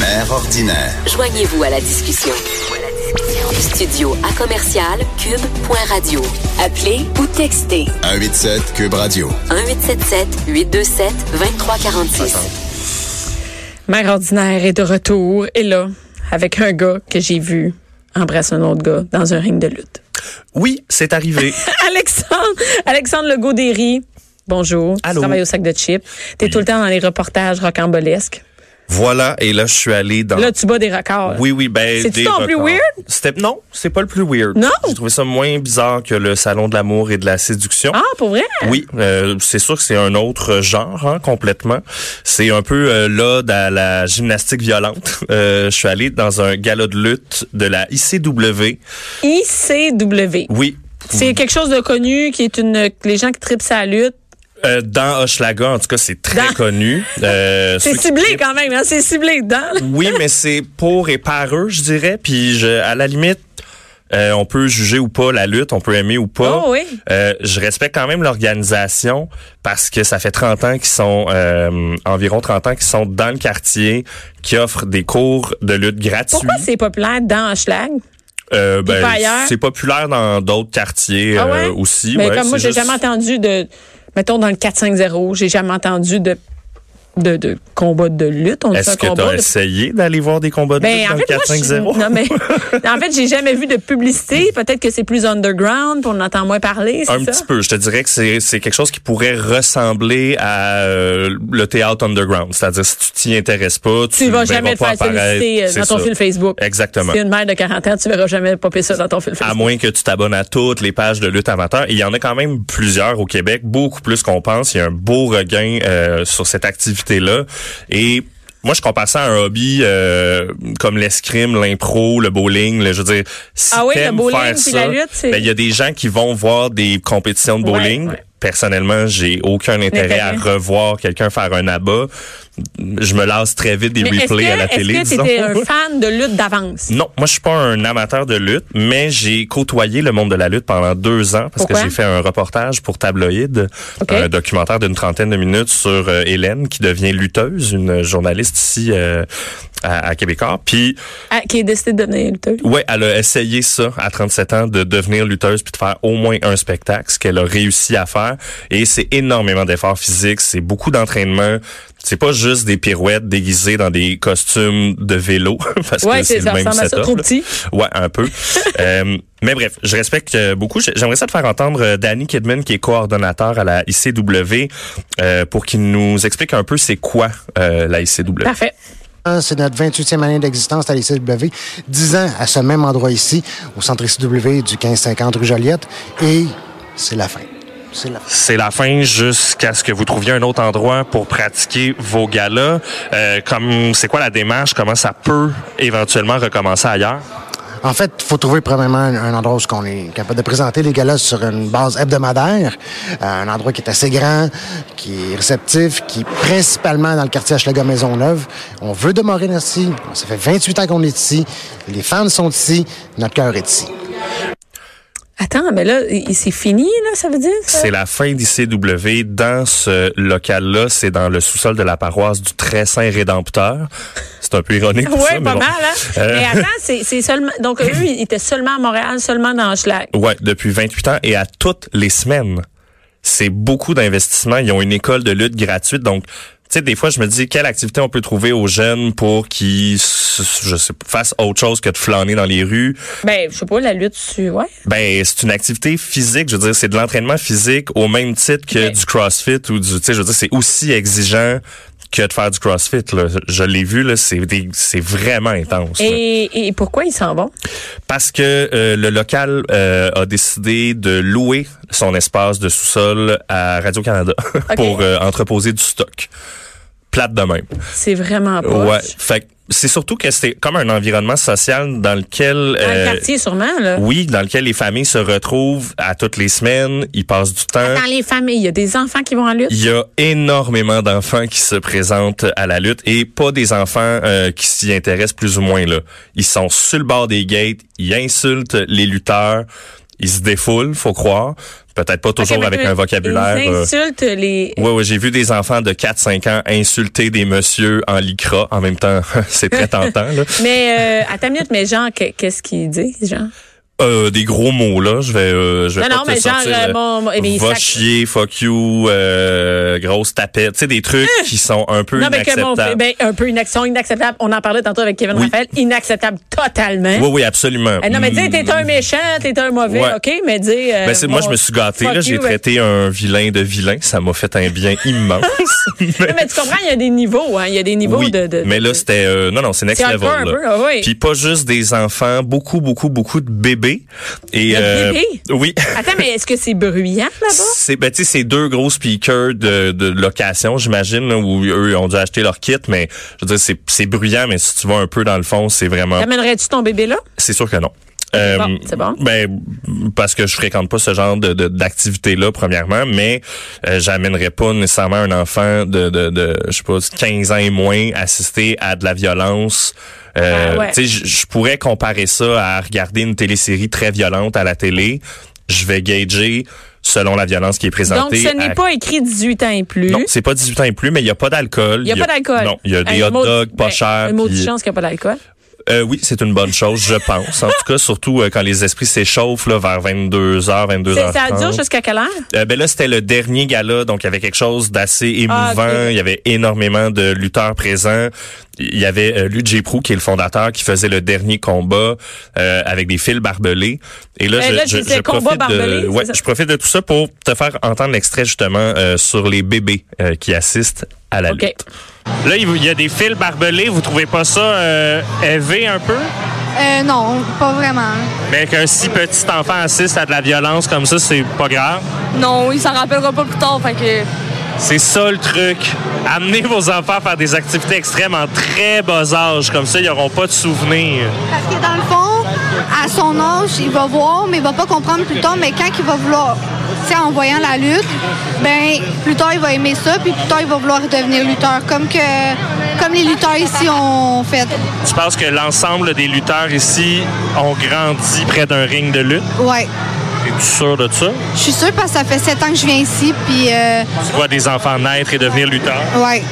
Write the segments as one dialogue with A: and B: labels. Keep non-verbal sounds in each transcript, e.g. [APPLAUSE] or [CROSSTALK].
A: Mère ordinaire.
B: Joignez-vous à la discussion. Studio à commercial cube.radio. Appelez ou textez
A: 187 Cube Radio.
B: 1877 827 2346.
C: Mère ordinaire est de retour et là, avec un gars que j'ai vu embrasser un autre gars dans un ring de lutte. [LAUGHS]
D: Oui, c'est arrivé.
C: Alexandre, Alexandre Legaudéry, bonjour. Tu
D: Allô.
C: travailles au sac de chips. T'es tout le temps dans les reportages rocambolesques.
D: [LAUGHS] voilà, et là, je suis allé dans...
C: Là, tu bats des records.
D: Ah. oui, oui, ben,
C: C'est-tu
D: des
C: ton plus
D: records.
C: weird?
D: C'était- Non, c'est pas le plus weird.
C: Non?
D: J'ai trouvé ça moins bizarre que le salon de l'amour et de la séduction.
C: Ah, pour vrai?
D: Oui, euh, c'est sûr que c'est un autre genre hein, complètement. C'est un peu euh, l'ode à la gymnastique violente. [LAUGHS] Euh, je suis allé dans un gala de lutte de la ICW.
C: ICW.
D: Oui,
C: C'est quelque chose de connu qui est une. que Les gens qui tripent sa lutte.
D: euh, dans Hochelaga, en tout cas, c'est très
C: Dans-
D: connu. Euh,
C: [LAUGHS] C'est
D: ceux qui
C: ciblé quand même, hein? C'est ciblé dedans. là.
D: Oui, mais c'est pour et par eux, je dirais. Puis je, à la limite, euh, on peut juger ou pas la lutte, on peut aimer ou pas.
C: Oh oui.
D: Euh, je respecte quand même l'organisation parce que ça fait 30 ans qu'ils sont, euh, environ 30 ans qu'ils sont dans le quartier, qui offrent des cours de lutte gratuits.
C: Pourquoi c'est populaire dans Hochelag?
D: Euh, ben,
C: pas ailleurs?
D: c'est populaire dans d'autres quartiers
C: Ah ouais?
D: euh, aussi.
C: Mais
D: ouais,
C: comme moi,
D: c'est
C: j'ai
D: juste-
C: jamais entendu de. Mettons dans le 4-5-0, j'ai jamais entendu de, de, de combat de lutte. On dit
D: Est-ce
C: un
D: que tu
C: combat.
D: as
C: de-
D: essayé d'aller voir des combats de
C: Ben,
D: lutte
C: en
D: dans
C: fait, moi,
D: le 4-5-0?
C: je-
D: [LAUGHS]
C: non, mais, en fait, j'ai jamais vu de publicité. Peut-être que c'est plus underground, puis on entend moins parler, c'est
D: Un
C: ça?
D: petit peu. Je te dirais que c'est c'est quelque chose qui pourrait ressembler à euh, le théâtre underground. C'est-à-dire, si tu t'y intéresses pas, tu,
C: Tu vas
D: verras
C: jamais te
D: Ben, pas
C: faire
D: apparaître.
C: féliciter euh,
D: C'est
C: dans ton
D: ça.
C: fil Facebook.
D: Exactement.
C: Si t'es une mère de 40 ans, tu verras jamais popper ça dans ton fil
D: À
C: Facebook.
D: moins que tu t'abonnes à toutes les pages de lutte amateur. Et il y en a quand même plusieurs au Québec, beaucoup plus qu'on pense. Il y a un beau regain euh, sur cette activité-là. Et moi, je compare ça à un hobby euh, comme l'escrime, l'impro, le bowling. Le, je veux dire, si
C: Ah oui, le
D: t'aimes
C: bowling
D: faire
C: puis
D: ça,
C: la lutte, c'est-
D: ben, il y a des gens qui vont voir des compétitions de
C: Ouais,
D: bowling.
C: ouais.
D: Personnellement, j'ai aucun intérêt à
C: L'intérêt.
D: revoir quelqu'un faire un abat. Je me lasse très vite des
C: Mais est-ce
D: replays à la
C: que,
D: télé.
C: est-ce que
D: disons.
C: t'étais un fan de lutte
D: [LAUGHS]
C: d'avance?
D: Non, moi je suis pas un amateur de lutte, mais j'ai côtoyé le monde de la lutte pendant deux ans parce
C: Pourquoi?
D: que j'ai fait un reportage pour Tabloïd,
C: Ok.
D: un documentaire d'une trentaine de minutes sur euh, Hélène qui devient lutteuse, une journaliste ici euh, à, à Québécois. Puis
C: Ah, qui est décidé de devenir lutteuse?
D: ouais, elle a essayé ça à 37 ans de devenir lutteuse puis de faire au moins un spectacle, ce qu'elle a réussi à faire. Et c'est énormément d'efforts physiques, c'est beaucoup d'entraînement. C'est pas juste des pirouettes déguisées dans des costumes de vélo [LAUGHS] parce
C: Ouais,
D: que c'est
C: c'est
D: le
C: ça
D: même
C: ressemble à ça,
D: setup,
C: trop
D: là.
C: petit.
D: Ouais,
C: [LAUGHS]
D: un peu. Euh, mais bref, je respecte euh, beaucoup. J'ai- J'aimerais ça te faire entendre euh, Danny Kidman, qui est coordonnateur à la ICW, euh, pour qu'il nous explique un peu c'est quoi euh, la ICW.
C: Parfait.
E: C'est notre 28e année d'existence à l'ICW. 10 ans à ce même endroit ici, au centre ICW du 1550 rue Joliette. Et c'est la fin. C'est la fin.
D: C'est la fin jusqu'à ce que vous trouviez un autre endroit pour pratiquer vos galas. Euh, comme c'est quoi la démarche Comment ça peut éventuellement recommencer ailleurs
E: En fait, il faut trouver premièrement un, un endroit où on est capable de présenter les galas sur une base hebdomadaire, Euh, un endroit qui est assez grand, qui est réceptif, qui est principalement dans le quartier Hochelaga Maisonneuve. On veut demeurer ici. Ça fait 28 ans qu'on est ici. Les femmes sont ici. Notre cœur est ici.
C: Attends, mais là, i- c'est fini, là, ça veut dire? ça?
D: C'est la fin d'ICW dans ce local-là. C'est dans le sous-sol de la paroisse du Très Saint Rédempteur. C'est un peu ironique. pour
C: Oui,
D: ça,
C: pas
D: mais
C: mal,
D: bon.
C: hein?
D: Euh,
C: Mais attends, c'est c'est seulement. Donc, eux, ils étaient seulement à Montréal, seulement dans Hochelag.
D: Ouais, depuis 28 ans et à toutes les semaines. C'est beaucoup d'investissements. Ils ont une école de lutte gratuite. Donc, tu sais, des fois, je me dis, quelle activité on peut trouver aux jeunes pour qu'ils, s- je sais, pas, fassent autre chose que de flâner dans les rues.
C: Ben, je sais pas, la lutte, tu. Ouais.
D: Ben, c'est une activité physique. Je veux dire, c'est de l'entraînement physique au même titre que
C: Mais-
D: du CrossFit ou du, tu sais, je veux dire, c'est aussi exigeant que de faire du CrossFit. Là. Je l'ai vu, là, c'est des- c'est vraiment intense. là.
C: Et, et pourquoi ils s'en vont?
D: Parce que euh, le local euh, a décidé de louer son espace de sous-sol à Radio-Canada [LAUGHS] pour euh, entreposer du stock. Plate de même.
C: C'est vraiment pas.
D: Ouais. Fait que c'est surtout que c'est comme un environnement social dans lequel
C: Dans
D: euh,
C: le quartier, sûrement, là.
D: oui, dans lequel les familles se retrouvent à toutes les semaines, ils passent du temps.
C: Dans les familles, il y a des enfants qui vont en lutte.
D: Il y a énormément d'enfants qui se présentent à la lutte et pas des enfants euh, qui s'y intéressent plus ou moins là. Ils sont sur le bord des gates, ils insultent les lutteurs, ils se défoulent, faut croire. peut-être pas toujours
C: Ok, mais
D: avec
C: les-
D: un vocabulaire.
C: Les
D: euh,
C: insultes, les.
D: Ouais, ouais, j'ai vu des enfants de 4-5 ans insulter des messieurs en lycra. En même temps, [LAUGHS] c'est très tentant, là.
C: Mais euh, attends une minute, mais genre, que- qu'est-ce qu'ils disent, genre?
D: Euh, des gros mots, là. Je vais, euh, je vais
C: Non,
D: pas
C: non,
D: te
C: mais genre,
D: sortir,
C: euh,
D: euh,
C: mon- mon- eh bien, il
D: va
C: sac-
D: chier, fuck you, euh, grosse tapette. Tu sais, des trucs qui sont un peu
C: Ah! Non, mais que mon,
D: inacceptables.
C: ben, un peu une action inacceptable. On en parlait tantôt avec Kevin
D: Oui.
C: Raphaël. Inacceptable totalement.
D: Oui, oui, absolument.
C: Hein? Eh, non, mais dis, t'es un méchant, t'es un mauvais,
D: Ouais.
C: OK? Mais dis. euh,
D: Ben, c'est- moi,
C: bon,
D: je me suis gâté.
C: fuck
D: Là, j'ai
C: you,
D: traité un vilain de vilain. Ça m'a fait un
C: [LAUGHS]
D: bien immense.
C: ouais. Non, mais tu comprends, il y a des niveaux, hein. Il y a des niveaux
D: oui,
C: de, de.
D: mais là, c'était... euh, non, non, c'est next
C: C'est
D: level.
C: encore un
D: là.
C: peu, ah oui.
D: Puis pas juste des enfants, beaucoup, beaucoup, beaucoup de bébés. Et, euh,
C: De bébés? Ah,
D: Oui.
C: Attends, mais est-ce que c'est bruyant là-bas?
D: [LAUGHS] C'est ben tu sais c'est deux gros speakers de, de location j'imagine là, où eux ont dû acheter leur kit mais je veux dire c'est c'est bruyant mais si tu vas un peu dans le fond c'est vraiment
C: T'amènerais-tu ton bébé là?
D: c'est sûr que non. Euh,
C: bon, c'est bon.
D: Ben, parce que je fréquente pas ce genre de, de- d'activité-là, premièrement, mais euh, j'amènerais pas nécessairement un enfant de, de, de, je sais pas, 15 ans et moins assister à de la violence. Euh,
C: Ah ouais.
D: tu sais, Je je pourrais comparer ça à regarder une télésérie très violente à la télé. Je vais gager selon la violence qui est
C: Donc,
D: présentée.
C: ce n'est
D: à-
C: pas écrit 18 ans et plus.
D: Non, c'est pas 18 ans et plus, mais il n'y a pas d'alcool.
C: il n'y a, pas d'alcool.
D: Non, il y a des
C: Un
D: hot
C: mot-
D: dogs pas
C: ben,
D: chers.
C: Un mot de
D: puis-
C: chance qu'il n'y a pas d'alcool.
D: euh, oui, c'est une bonne chose, je pense. En tout cas, surtout euh, quand les esprits s'échauffent là, vers 22h,
C: C'est-
D: 22h30.
C: Ça dure jusqu'à quelle heure?
D: Euh, ben là, c'était le dernier gala, donc il y avait quelque chose d'assez
C: Ah,
D: émouvant.
C: ok.
D: Il y avait énormément de lutteurs présents. Il y avait euh, Luigi Prou, qui est le fondateur, qui faisait le dernier combat euh, avec des fils barbelés. Et là,
C: Ben
D: je,
C: là,
D: je,
C: tu disais
D: je
C: combat
D: profite de,
C: barbelé,
D: ouais,
C: c'est ça?
D: je profite de tout ça pour te faire entendre l'extrait justement euh, sur les bébés euh, qui assistent à la
C: OK.
D: lutte. Là, il y a des fils barbelés. Vous trouvez pas ça euh, élevé un peu?
F: Euh, non, pas vraiment.
D: Mais qu'un si petit enfant assiste à de la violence comme ça, c'est pas grave.
G: Non, il s'en rappellera pas plus tard, fait que
D: C'est ça le truc. Amenez vos enfants à faire des activités extrêmes en très bas âge. Comme ça, ils n'auront pas de souvenirs.
F: Parce que dans le fond, à son âge, il va voir, mais il va pas comprendre plus tard, mais quand il va vouloir, tu sais, en voyant la lutte, ben plus tard il va aimer ça, puis plus tard il va vouloir devenir lutteur, comme que comme les lutteurs ici ont fait.
D: Tu penses que l'ensemble des lutteurs ici ont grandi près d'un ring de lutte?
F: Ouais.
D: Es-tu sûr de ça?
F: Je suis sûre parce que ça fait sept ans que je viens ici, puis euh,
D: Tu vois des enfants naître et devenir lutteurs?
F: ouais.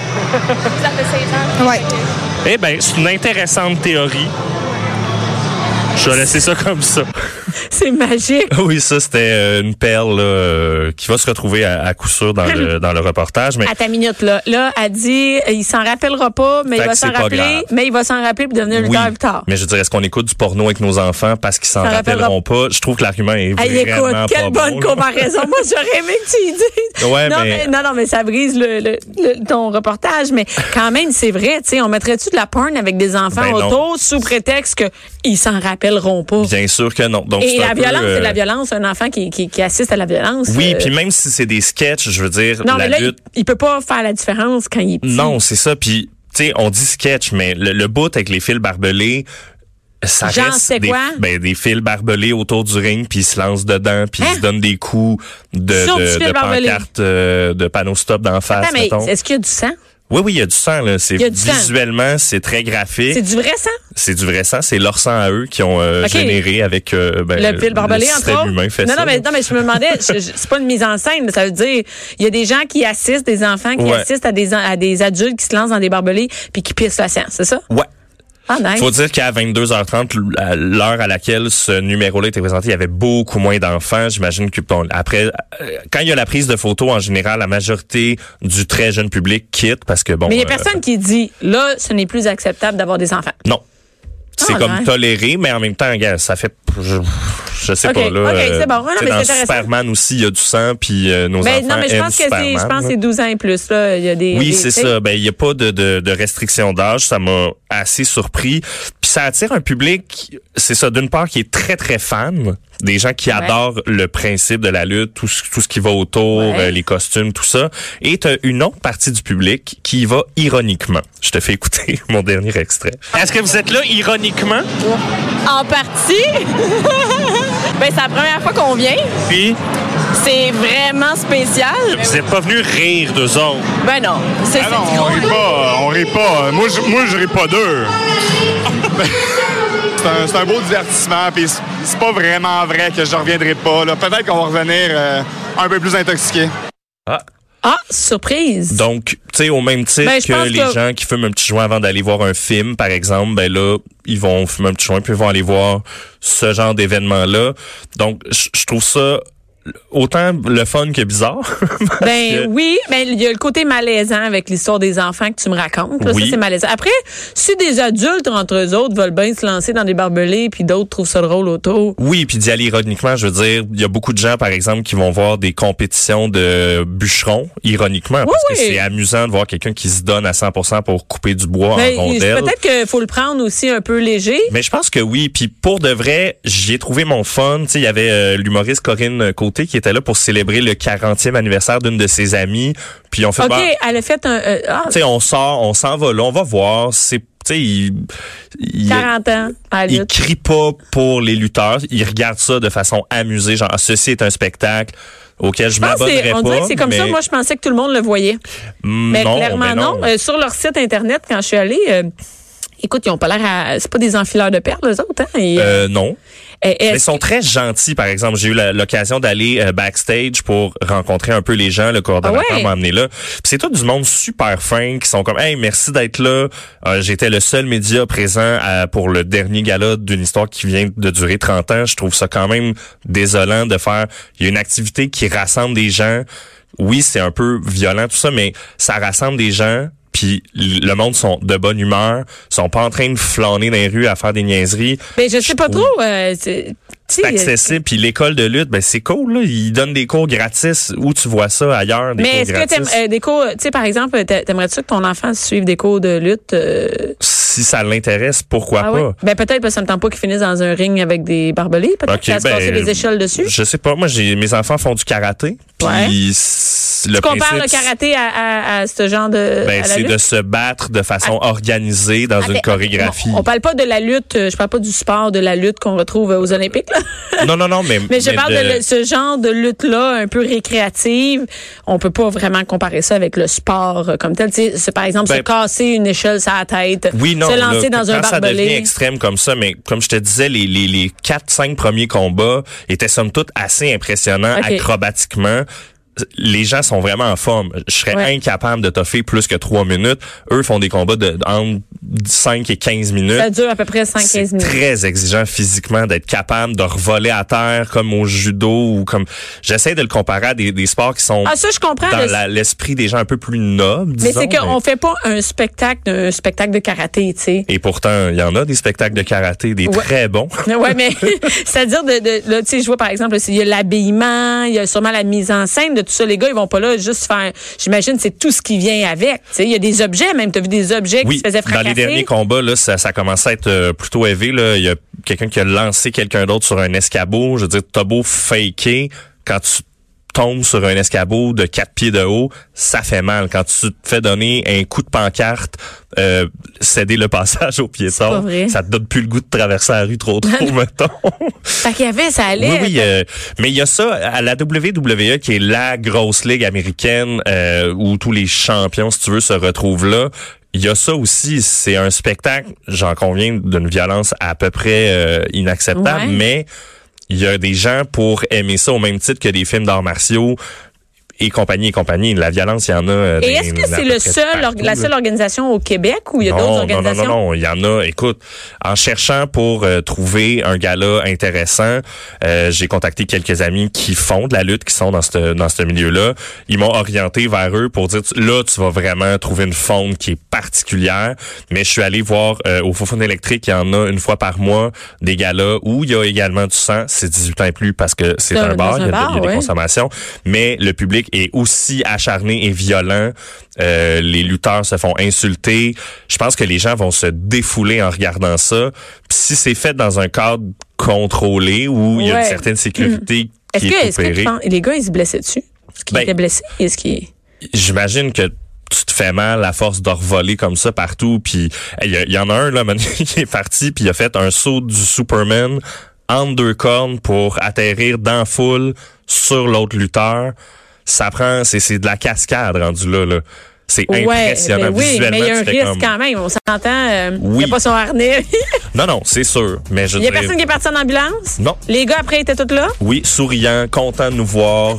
F: Ouais.
D: Eh bien, c'est une intéressante théorie. Je vais laisser ça comme ça.
C: [LAUGHS] C'est magique.
D: Ah Oui, ça, c'était euh, une perle là, euh, qui va se retrouver à, à coup sûr dans
C: [LAUGHS]
D: le, dans le reportage. Mais
C: À ta minute, là. Là, elle dit, il s'en rappellera pas, mais
D: Fait
C: il va
D: que c'est
C: s'en
D: pas
C: rappeler,
D: grave.
C: mais il va s'en rappeler pour devenir
D: oui,
C: lutteur plus tard.
D: mais je dirais, est-ce qu'on écoute du porno avec nos enfants parce qu'ils s'en
C: Ça
D: rappelleront pas? Je trouve que l'argument est
C: Hey, écoute,
D: vraiment
C: quelle
D: pas
C: bonne
D: bon, là.
C: comparaison. Moi, j'aurais aimé que tu y dises.
D: Ouais,
C: non,
D: mais-
C: non, non, mais ça brise le, le- le- ton reportage. Mais quand même, c'est vrai, tu sais, on mettrait-tu de la porn avec des enfants
D: Ben non.
C: autour sous prétexte qu'ils s'en rappelleront pas?
D: Bien sûr que non. Donc,
C: Et
D: c'est un
C: la
D: peu,
C: violence, c'est
D: euh,
C: de la violence. Un enfant qui, qui, qui assiste à la violence.
D: Oui,
C: euh,
D: puis même si c'est des sketchs, je veux dire,
C: Non,
D: la
C: mais là,
D: lutte.
C: il, il peut pas faire la différence quand il est petit.
D: Non, c'est ça. Puis, tu sais, on dit sketch, mais le, le bout avec les fils barbelés, ça
C: Genre,
D: reste
C: c'est
D: des,
C: quoi?
D: ben, des fils barbelés autour du ring, puis ils se lancent dedans, puis
C: Hein?
D: ils se donnent des coups de,
C: Sur du
D: de,
C: fil
D: de
C: barbelé.
D: pancartes, euh, de panneaux stop d'en face,
C: Attends, mais
D: mettons.
C: est-ce qu'il y a du sang?
D: Oui, oui, il y a du sang, là. C'est
C: Il y a du sang.
D: visuellement, c'est très
C: C'est
D: graphique.
C: du vrai sang?
D: C'est du vrai sang. C'est leur sang à eux qui ont euh,
C: Ok.
D: généré avec euh, ben,
C: le pile barbelé, entre
D: système
C: autres.
D: humain fait
C: non,
D: ça,
C: non, mais,
D: là.
C: non, mais je me demandais, je- je- c'est pas une mise en scène, mais ça veut dire, il y a des gens qui assistent, des enfants qui
D: Ouais.
C: assistent à des, en- à des adultes qui se lancent dans des barbelés puis qui pissent la sang, c'est ça?
D: Ouais.
C: Ah, nice.
D: Faut dire qu'à 22h30, l- à l'heure à laquelle ce numéro-là était présenté, il y avait beaucoup moins d'enfants. J'imagine que bon, après, euh, quand il y a la prise de photos, en général, la majorité du très jeune public quitte parce que bon.
C: mais il y a
D: euh,
C: personne qui dit, là, ce n'est plus acceptable d'avoir des enfants.
D: Non. C'est
C: Ah,
D: comme
C: ouais.
D: toléré, mais en même temps, gars, ça fait. Je, je sais
C: Ok,
D: pas là.
C: ok,
D: euh,
C: c'est bon. Ouais, non,
D: tu sais,
C: mais
D: dans
C: c'est intéressant.
D: Superman aussi, il y a du sang, puis euh, nos
C: Mais
D: enfants
C: Ben, non, mais je
D: aiment
C: pense que c'est, je
D: Superman,
C: pense que
D: là.
C: c'est 12 ans et plus, là. Il y a des.
D: Oui,
C: des-
D: c'est
C: tu sais.
D: ça. Ben, il n'y a pas de, de, de restriction d'âge. Ça m'a assez surpris. Puis ça attire un public, c'est ça, d'une part, qui est très, très fan. Des gens qui adorent le principe de la lutte, tout ce, tout ce qui va autour,
C: Ouais.
D: euh, les costumes, tout ça. Et t'as une autre partie du public qui y va ironiquement. Je te fais écouter [LAUGHS] mon dernier extrait. Est-ce que vous êtes là ironiquement?
G: en partie,
C: [LAUGHS]
G: ben c'est la première fois qu'on vient.
D: Puis,
G: C'est vraiment spécial.
D: vous n'êtes pas venu rire d'eux autres.
G: Ben non, c'est
H: Ben Ah
G: c'est
H: non,
G: du gros.
H: on rit pas, on rit pas. Moi, je, moi, je ris pas d'eux. c'est un, c'est un beau divertissement. Puis c'est- c'est pas vraiment vrai que je reviendrai pas. là. Peut-être qu'on va revenir euh, un peu plus intoxiqué.
D: Ah.
C: Ah, surprise!
D: Donc, tu sais, au même titre
C: Ben, je pense
D: que les
C: que-
D: gens qui fument un petit joint avant d'aller voir un film, par exemple, ben là, ils vont fumer un petit joint puis ils vont aller voir ce genre d'événement-là. Donc, je je trouve ça autant le fun que bizarre. [LAUGHS]
C: ben oui, ben il y a le côté malaisant avec l'histoire des enfants que tu me racontes. là,
D: Oui.
C: Ça, c'est malaisant. Après, si des adultes entre eux autres veulent bien se lancer dans des barbelés, puis d'autres trouvent ça drôle autour.
D: Oui, puis d'y aller ironiquement, je veux dire, il y a beaucoup de gens, par exemple, qui vont voir des compétitions de bûcherons, ironiquement, parce
C: oui.
D: que c'est amusant de voir quelqu'un qui se donne à 100% pour couper du bois
C: Ben,
D: en rondelles.
C: peut-être qu'il faut le prendre aussi un peu léger.
D: Mais je pense que oui. Puis pour de vrai, j'y ai trouvé mon fun. Tu sais, il y avait euh, l'humoriste Corinne Côté qui était là pour célébrer le 40e anniversaire d'une de ses amies. Puis on fait,
C: OK,
D: bah,
C: elle a fait un... euh, ah,
D: tu sais, on sort, on s'en va là, on va voir. C'est, tu sais, il, il-
C: 40 ans à la
D: il
C: lutte.
D: crie pas pour les lutteurs. Il regarde ça de façon amusée. Genre, ceci est un spectacle auquel je
C: Je pense que
D: m'abonnerai
C: Ah, c'est-
D: pas.
C: on dirait que c'est comme ça.
D: mais-
C: Moi, je pensais que tout le monde le voyait. Mais
D: non,
C: clairement,
D: mais
C: non. Euh, sur leur site Internet, quand je suis allée... euh, Écoute, ils ont pas l'air à. C'est pas des enfileurs de perles, eux autres, hein? Et,
D: Euh, non.
C: euh,
D: Mais
C: est-ce
D: ils sont très gentils, par exemple. J'ai eu la- l'occasion d'aller euh, backstage pour rencontrer un peu les gens. Le coordonnateur
C: Ah ouais?
D: m'a amené là. Puis c'est tout du monde super fin qui sont comme, hey, merci d'être là. Euh, J'étais le seul média présent à- pour le dernier gala d'une histoire qui vient de durer 30 ans. Je trouve ça quand même désolant de faire. Il y a une activité qui rassemble des gens. Oui, c'est un peu violent tout ça, mais ça rassemble des gens puis le monde sont de bonne humeur, sont pas en train de flâner dans les rues à faire des niaiseries.
C: Ben, je sais pas
D: trouve-
C: trop. euh, c'est- tu sais,
D: c'est accessible. Puis l'école de lutte, ben c'est cool. Là. Ils donnent des cours gratis. Où tu vois ça ailleurs, des
C: Mais
D: cours
C: est-ce que
D: gratis.
C: t'aimes euh, des cours, tu sais, par exemple, t'a- t'aimerais-tu que ton enfant suive des cours de lutte? euh,
D: Si ça l'intéresse, pourquoi
C: ah
D: pas?
C: oui? Ben peut-être parce que ça me tente pas qu'ils finissent dans un ring avec des barbelés, peut-être
D: Ok,
C: qu'il va se
D: ben,
C: passer des échelles dessus.
D: Je sais pas. Moi, j'ai mes enfants font du karaté. Puis
C: Ouais.
D: le
C: tu compares
D: principe,
C: le karaté à, à- à ce genre de.
D: Ben,
C: à la
D: c'est
C: lutte? Ah.
D: de se battre de façon organisée dans une
C: Attends,
D: chorégraphie.
C: On, on parle pas de la lutte, euh, je parle pas du sport de la lutte qu'on retrouve euh, aux Olympiques. là. [LAUGHS]
D: Non, non, non, mais
C: Mais je
D: mais
C: parle de,
D: de-
C: le- ce genre de lutte-là, un peu récréative. On peut pas vraiment comparer ça avec le sport euh, comme tel. Tu sais, c'est, par exemple,
D: Ben,
C: se casser une échelle sur la tête,
D: Oui, non.
C: se lancer
D: là,
C: dans
D: quand
C: un
D: ça devient
C: barbelé.
D: extrême comme ça, mais comme je te disais, les, les, les 4-5 premiers combats étaient somme toute assez impressionnants
C: Ok.
D: acrobatiquement. Les gens sont vraiment en forme. Je serais
C: Ouais.
D: incapable de toffer plus que 3 minutes. Eux font des combats de entre 5 et 15 minutes.
C: Ça dure à peu près 5-15
D: C'est
C: minutes.
D: très exigeant physiquement d'être capable de revoler à terre comme au judo ou comme... J'essaie de le comparer à des, des sports qui sont
C: Ah, ça, je comprends.
D: dans
C: le-
D: la- l'esprit des gens un peu plus nobles,
C: mais
D: disons,
C: c'est qu'on fait pas un spectacle, un spectacle de karaté, tu sais.
D: Et pourtant, il y en a des spectacles de karaté, des
C: Ouais. [LAUGHS]
D: très bons.
C: Ouais, mais c'est-à-dire de, de là, tu sais, je vois par exemple, il y a l'habillement, il y a sûrement la mise en scène de tout ça. Les gars, ils vont pas là juste faire. J'imagine, c'est tout ce qui vient avec. Tu sais, il y a des objets, même t'as vu des objets qui
D: Oui,
C: se faisaient
D: dans
C: fracasser.
D: les derniers combats, là, ça, ça commence à être euh, plutôt élevé. Là. Il y a quelqu'un qui a lancé quelqu'un d'autre sur un escabeau. Je veux dire, t'as beau faker, quand tu tombes sur un escabeau de quatre pieds de haut, ça fait mal. Quand tu te fais donner un coup de pancarte, euh, céder le [LAUGHS] passage au
C: pas
D: piéton,
C: vrai.
D: ça te donne plus le goût de traverser la
C: [LAUGHS]
D: rue trop trop, mettons.
C: Fait qu'il y avait, ça allait.
D: Oui, oui, euh, mais il y a ça à la WWE qui est la grosse ligue américaine euh, où tous les champions, si tu veux, se retrouvent là. Il y a ça aussi, c'est un spectacle, j'en conviens, d'une violence à peu près euh,
C: Ouais.
D: inacceptable, mais il y a des gens pour aimer ça au même titre que des films d'arts martiaux et compagnie et compagnie. La violence, il y en a.
C: Et
D: euh, dans-
C: est-ce
D: dans
C: que
D: à
C: c'est
D: peu
C: le
D: près
C: seul,
D: partout,
C: la
D: là.
C: seule organisation au Québec ou il y a
D: Non,
C: d'autres
D: non, non,
C: organisations?
D: non, non, il y en a. Écoute, en cherchant pour euh, trouver un gala intéressant, euh, j'ai contacté quelques amis qui font de la lutte, qui sont dans ce dans ce milieu-là. Ils m'ont orienté vers eux pour dire, tu- là, tu vas vraiment trouver une faune qui est particulière. Mais je suis allé voir euh, au Faux électrique, il y en a une fois par mois des galas où il y a également du sang. C'est 18 ans et plus parce que c'est
C: Dans-
D: un
C: dans
D: bar,
C: un
D: il y a, de-
C: bar,
D: il y a des
C: ouais.
D: consommation, mais le public est aussi acharné et violent. Euh, les lutteurs se font insulter. Je pense que les gens vont se défouler en regardant ça. Puis si c'est fait dans un cadre contrôlé où il y a
C: Ouais. Mm.
D: une certaine sécurité
C: Est-ce
D: qui
C: que,
D: est,
C: est-ce que tu
D: opérée,
C: penses- les gars, ils se blessaient dessus? Est-ce qu'ils
D: Ben,
C: étaient blessés? Est-ce qu'ils.
D: j'imagine que tu te fais mal à force de revoler comme ça partout. Puis il y, a- il y en a un là, [LAUGHS] maintenant, qui est parti puis il a fait un saut du Superman entre deux cornes pour atterrir dans la foule sur l'autre lutteur. Ça prend, c'est c'est de la cascade rendu là. là. C'est
C: Ouais,
D: impressionnant
C: ben oui,
D: visuellement.
C: mais il y a un
D: tu fais
C: risque
D: comme-
C: quand même. On s'entend. euh, Il n'y
D: Oui.
C: a pas son harnais. [LAUGHS]
D: Non, non, c'est sûr. Mais je
C: Il n'y a
D: dirais-
C: personne qui est parti en ambulance.
D: Non.
C: Les gars, après, étaient tous là.
D: Oui, souriant, content de nous voir.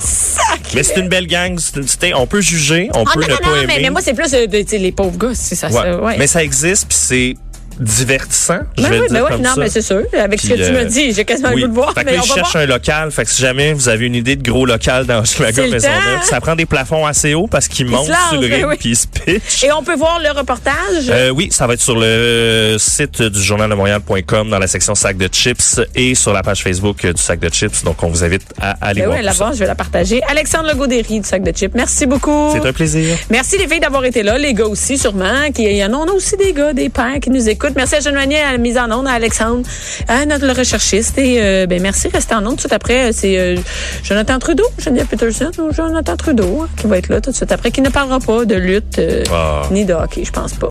D: Mais c'est une belle gang. c'est une- c'était- on peut juger, on
C: Ah,
D: peut
C: non,
D: ne
C: non,
D: pas
C: non,
D: aimer.
C: mais, mais moi, c'est plus euh, de- tu sais, les pauvres gars. C'est ça.
D: Ouais.
C: ça, ouais.
D: Mais ça existe, puis c'est divertissant. je
C: Ben
D: vais
C: oui,
D: le dire
C: ben oui,
D: comme
C: non,
D: ça.
C: mais c'est sûr. Avec ce que
D: Puis,
C: tu
D: euh,
C: m'as dit, j'ai quasiment
D: oui.
C: le goût de voir.
D: Fait que
C: mais
D: là,
C: on
D: ils
C: va
D: cherchent
C: voir.
D: un local. Fait que si jamais vous avez une idée de gros local dans Chicago,
C: C'est le temps.
D: ça prend des plafonds assez hauts parce qu'ils montent
C: lancent,
D: sur le ring
C: ben oui.
D: puis ils se pitchent.
C: Et on peut voir le reportage.
D: Euh, oui, ça va être sur le site du journal de Montréal.com dans la section sac de chips et sur la page Facebook euh, du sac de chips. Donc, on vous invite à aller
C: Ben
D: voir
C: oui, la
D: tout ça.
C: voir, je vais la partager. Alexandre Legaudéry du sac de chips. Merci beaucoup.
D: C'est un plaisir.
C: Merci les filles d'avoir été là, les gars aussi sûrement. Qui, il y en a, on a aussi des gars, des pères qui nous écoutent. Merci à Jeanne Manier, à la mise en onde, à Alexandre, à notre le recherchiste. Et euh, ben merci, restez en onde. Tout de suite après, euh, c'est euh, Jonathan Trudeau, Geneviève Peterson ou Jonathan Trudeau hein, qui va être là tout de suite après, qui ne parlera pas de lutte euh,
D: Ah.
C: ni de hockey, je pense pas.